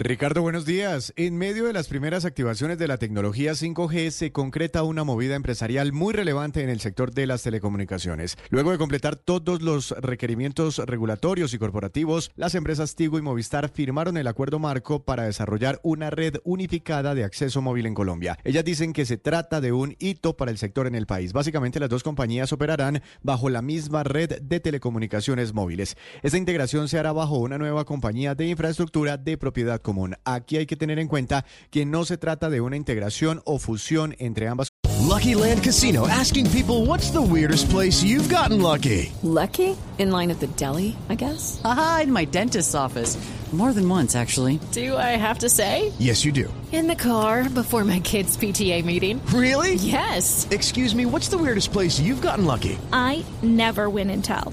Ricardo, buenos días. En medio de las primeras activaciones de la tecnología 5G se concreta una movida empresarial muy relevante en el sector de las telecomunicaciones. Luego de completar todos los requerimientos regulatorios y corporativos, las empresas Tigo y Movistar firmaron el acuerdo marco para desarrollar una red unificada de acceso móvil en Colombia. Ellas dicen que se trata de un hito para el sector en el país. Básicamente las dos compañías operarán bajo la misma red de telecomunicaciones móviles. Esta integración se hará bajo una nueva compañía de infraestructura de propiedad común. Aquí hay que tener en cuenta que no se trata de una integración o fusión entre ambas. Lucky Land Casino asking people what's the weirdest place you've gotten lucky? Lucky? In line at the deli, I guess? Aha, in my dentist's office. More than once, actually. Do I have to say? Yes, you do. In the car before my kids' PTA meeting. Really? Yes. Excuse me, what's the weirdest place you've gotten lucky? I never win and tell.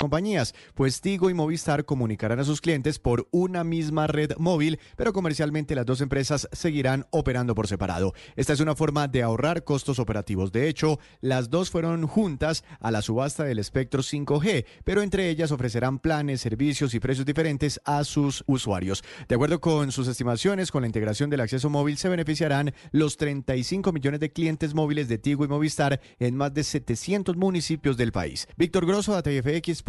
compañías, pues Tigo y Movistar comunicarán a sus clientes por una misma red móvil, pero comercialmente las dos empresas seguirán operando por separado. Esta es una forma de ahorrar costos operativos. De hecho, las dos fueron juntas a la subasta del espectro 5G, pero entre ellas ofrecerán planes, servicios y precios diferentes a sus usuarios. De acuerdo con sus estimaciones, con la integración del acceso móvil se beneficiarán los 35 millones de clientes móviles de Tigo y Movistar en más de 700 municipios del país. Víctor Grosso, atfx.com.